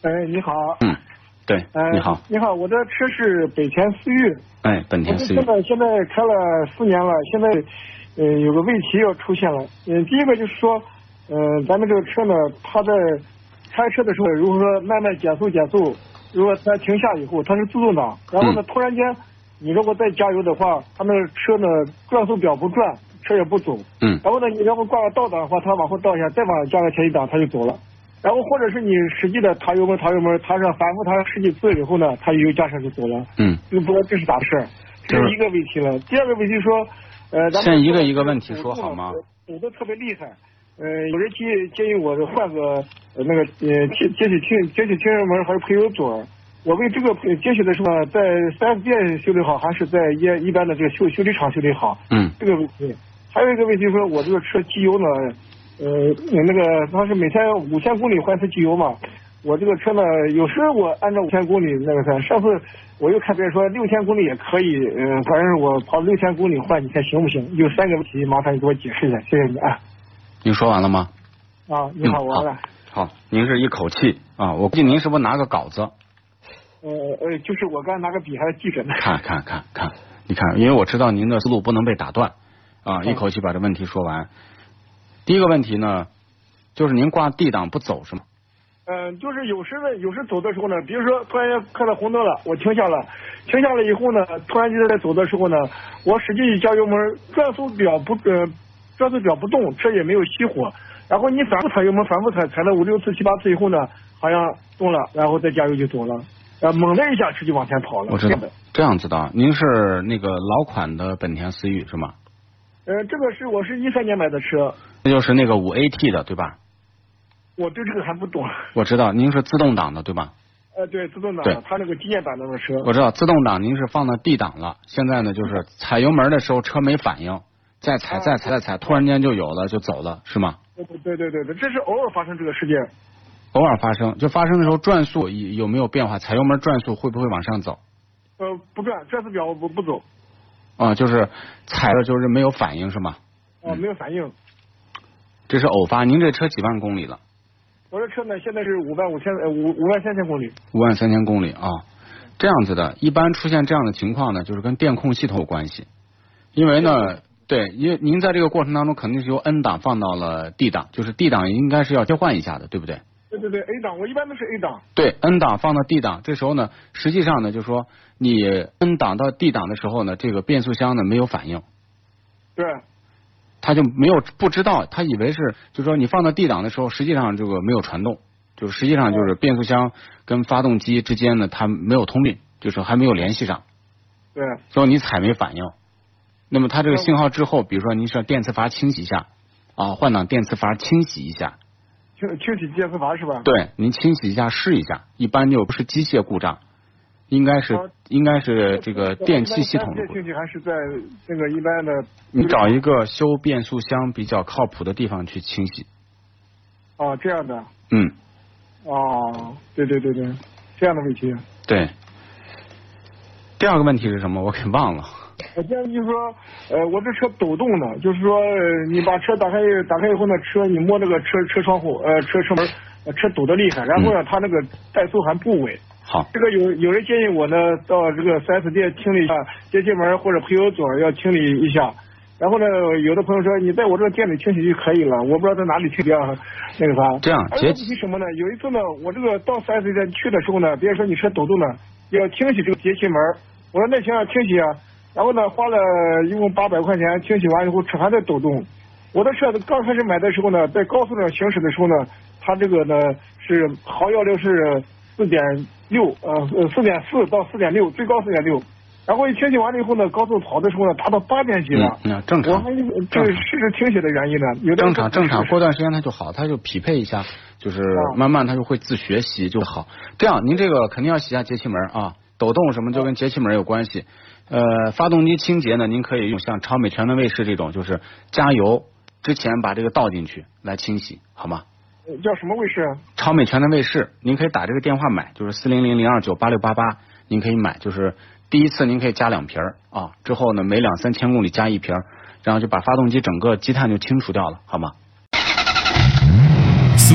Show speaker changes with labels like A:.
A: 哎，你好。
B: 嗯，对
A: 呃，，
B: 你好，
A: 你好，我的车是北田思域，
B: 哎，本
A: 我
B: 田
A: 这
B: 思
A: 车
B: 域，
A: 呢现在开了四年了，现在呃有个问题要出现了。嗯、第一个就是说，嗯，咱们这个车呢，它在开车的时候，如果说慢慢减速减速，如果它停下以后，它是自动挡，然
B: 嗯
A: 后呢，突然间你如果再加油的话，它那个车呢转速表不转，车也不走。
B: 嗯
A: 然后呢，你要不挂个倒档的话，它往后倒一下，再往上加个前一档，它就走了。然后或者是你实际的抬油门、抬油门，抬上反复抬十几次以后呢，它油加上就走了。
B: 嗯，
A: 就不知道这是咋回事儿这
B: 就是
A: 是一个问题了。第二个问题说，呃，咱们
B: 先一个一个问题说好吗？
A: 堵得特别厉害，呃，有人建建议我换个呃那个呃接接取听接取听油门还是配油嘴儿。我为这个配接取的时候呢，在 4S 店修理好，还是在一一般的这个修修理厂修理好？
B: 嗯
A: 这个问题。还有一个问题说，我这个车机油呢，呃，那个它是每天五千公里换一次机油嘛。我这个车呢，有时候我按照五千公里那个啥，上次我又看别人说六千公里也可以，嗯、呃，反正我跑六千公里换，你看行不行？有三个问题，麻烦你给我解释一下，谢谢你啊。
B: 您说完了吗？
A: 啊，你好，
B: 嗯
A: 我完了。
B: 好，您是一口气啊，我估计您是不是拿个稿子
A: 呃呃，就是我刚才拿个笔还记着呢。
B: 看看看看，你看，因为我知道您的思路不能被打断啊，一口气把这问题说完。第一个问题呢，就是您挂 D 档不走是吗？
A: 嗯，就是有时呢，有时走的时候呢，比如说突然间看到红灯了，我停下了，停下了以后呢，突然间在走的时候呢，我使劲一加油门，转速表不呃转速表不动，车也没有熄火，然后你反复踩油门，反复踩，踩了五六次、七八次以后呢，好像动了，然后再加油就走了，呃，猛的一下车就往前跑了。
B: 我知道
A: 这样的。，
B: 这样子的啊，您是那个老款的本田思域是吗？
A: 呃，这个是我是一三年买的车，
B: 那就是那个五 AT 的对吧？
A: 我对这个还不懂。
B: 我知道您是自动挡的对吧？
A: 呃，对，自动挡
B: 对
A: 的，它那个经验版的那个车。
B: 我知道自动挡您是放到 D 档了，现在呢就是踩油门的时候车没反应，再踩再踩再踩，突然间就有了就走了是吗？
A: 对对对对，这是偶尔发生这个事件。
B: 偶尔发生，就发生的时候转速有有没有变化？踩油门转速会不会往上走？
A: 呃，不转，转速表我不不走，
B: 啊、就是踩了就是没有反应是吗？嗯
A: 啊、没有反应。
B: 这是偶发。您这车几万公里了？
A: 我这车呢，现在是五万五千呃五五万三千公里。
B: 五万三千公里啊、这样子的，一般出现这样的情况呢，就是跟电控系统有关系。因为呢，对，因为您在这个过程当中肯定是由 N 档放到了 D 档，就是 D 档应该是要切换一下的，对不对？
A: 对对对，A 档我一般都是 A 档。
B: 对，N 档放到 D 档，这时候呢，实际上呢，就是说你 N 档到 D 档的时候呢，这个变速箱呢没有反应，
A: 对，
B: 他就没有不知道，他以为是就说你放到 D 档的时候，实际上这个没有传动，就是实际上就是变速箱跟发动机之间呢，它没有通病，就是还没有联系上，
A: 对，
B: 所以你踩没反应。那么它这个信号之后，比如说您是电磁阀清洗一下啊，换挡电磁阀清洗一下，
A: 清清洗电磁阀是吧？
B: 对，您清洗一下试一下，一般就不是机械故障，应该是应该是这个电器系统
A: 我
B: 的
A: 一般
B: 故
A: 清
B: 障。
A: 洗还是在那个一般的。
B: 你找一个修变速箱比较靠谱的地方去清洗，
A: 哦，这样的。
B: 嗯。
A: 哦，对对对对，这样的问题。
B: 对。第二个问题是什么？我给忘了。
A: 我建议就是说，呃，我这车抖动的，就是说、呃你把车打开，打开以后呢，车你摸那个车车窗户，呃，车车门，呃车抖得厉害，然后
B: 嗯
A: 呢，它那个怠速还不稳。
B: 好，
A: 这个有有人建议我呢，到这个 4S 店清理一下节气门或者培油嘴儿要清理一下。然后呢，有的朋友说你在我这个店里清洗就可以了，我不知道在哪里清洗啊，那个啥。
B: 这样
A: 还有
B: 节
A: 问题什么呢？有一次呢，我这个到 4S 店去的时候呢，别人说你车抖动呢，要清洗这个节气门儿。我说那行啊，清洗啊。然后呢，花了一共八百块钱，清洗完以后车还在抖动。我的车刚开始买的时候呢，在高速上行驶的时候呢，它这个呢是呃豪幺六是四点六，呃，四点四到四点六，最高四点六。然后一清洗完了以后呢，高速跑的时候呢，达到八点几了。
B: 嗯嗯正常
A: 我还以为
B: 正
A: 这是
B: 常
A: 是清洗的原因呢，有的
B: 正常正常，过
A: 的。
B: 段时间它就好，它就匹配一下，就是
A: 哦
B: 慢慢它就会自学习就好。这样您这个肯定要洗一下节气门啊，抖动什么就跟节气门有关系。呃，发动机清洁呢，您可以用像超美全能卫士这种，就是加油之前把这个倒进去来清洗，好吗？
A: 呃叫什么啊卫士？
B: 超美全能卫士，您可以打这个电话买，就是四零零零二九八六八八，您可以买，就是第一次您可以加两瓶儿啊，之后呢每两三千公里加一瓶儿，然后就把发动机整个积碳就清除掉了，好吗？
C: 俗